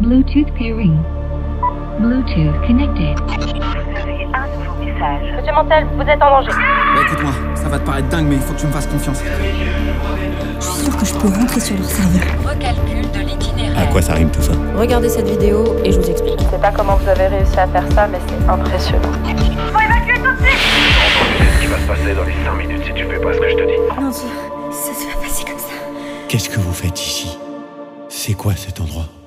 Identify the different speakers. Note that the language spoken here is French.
Speaker 1: Bluetooth pairing. Bluetooth connected.
Speaker 2: un nouveau message.
Speaker 3: Monsieur Mantel, vous êtes en danger.
Speaker 4: Bah écoute-moi, ça va te paraître dingue, mais il faut que tu me fasses confiance.
Speaker 5: Je suis sûre que je peux rentrer sur leur serveur.
Speaker 2: Recalcul de l'itinéraire.
Speaker 6: À quoi ça rime tout ça
Speaker 7: Regardez cette vidéo et je vous explique.
Speaker 3: Je sais pas comment vous avez réussi à faire ça, mais c'est impressionnant.
Speaker 8: qui va se passer dans les 5 minutes si tu fais pas ce que je te dis.
Speaker 5: Mon dieu, ça se va passer comme ça.
Speaker 6: Qu'est-ce que vous faites ici C'est quoi cet endroit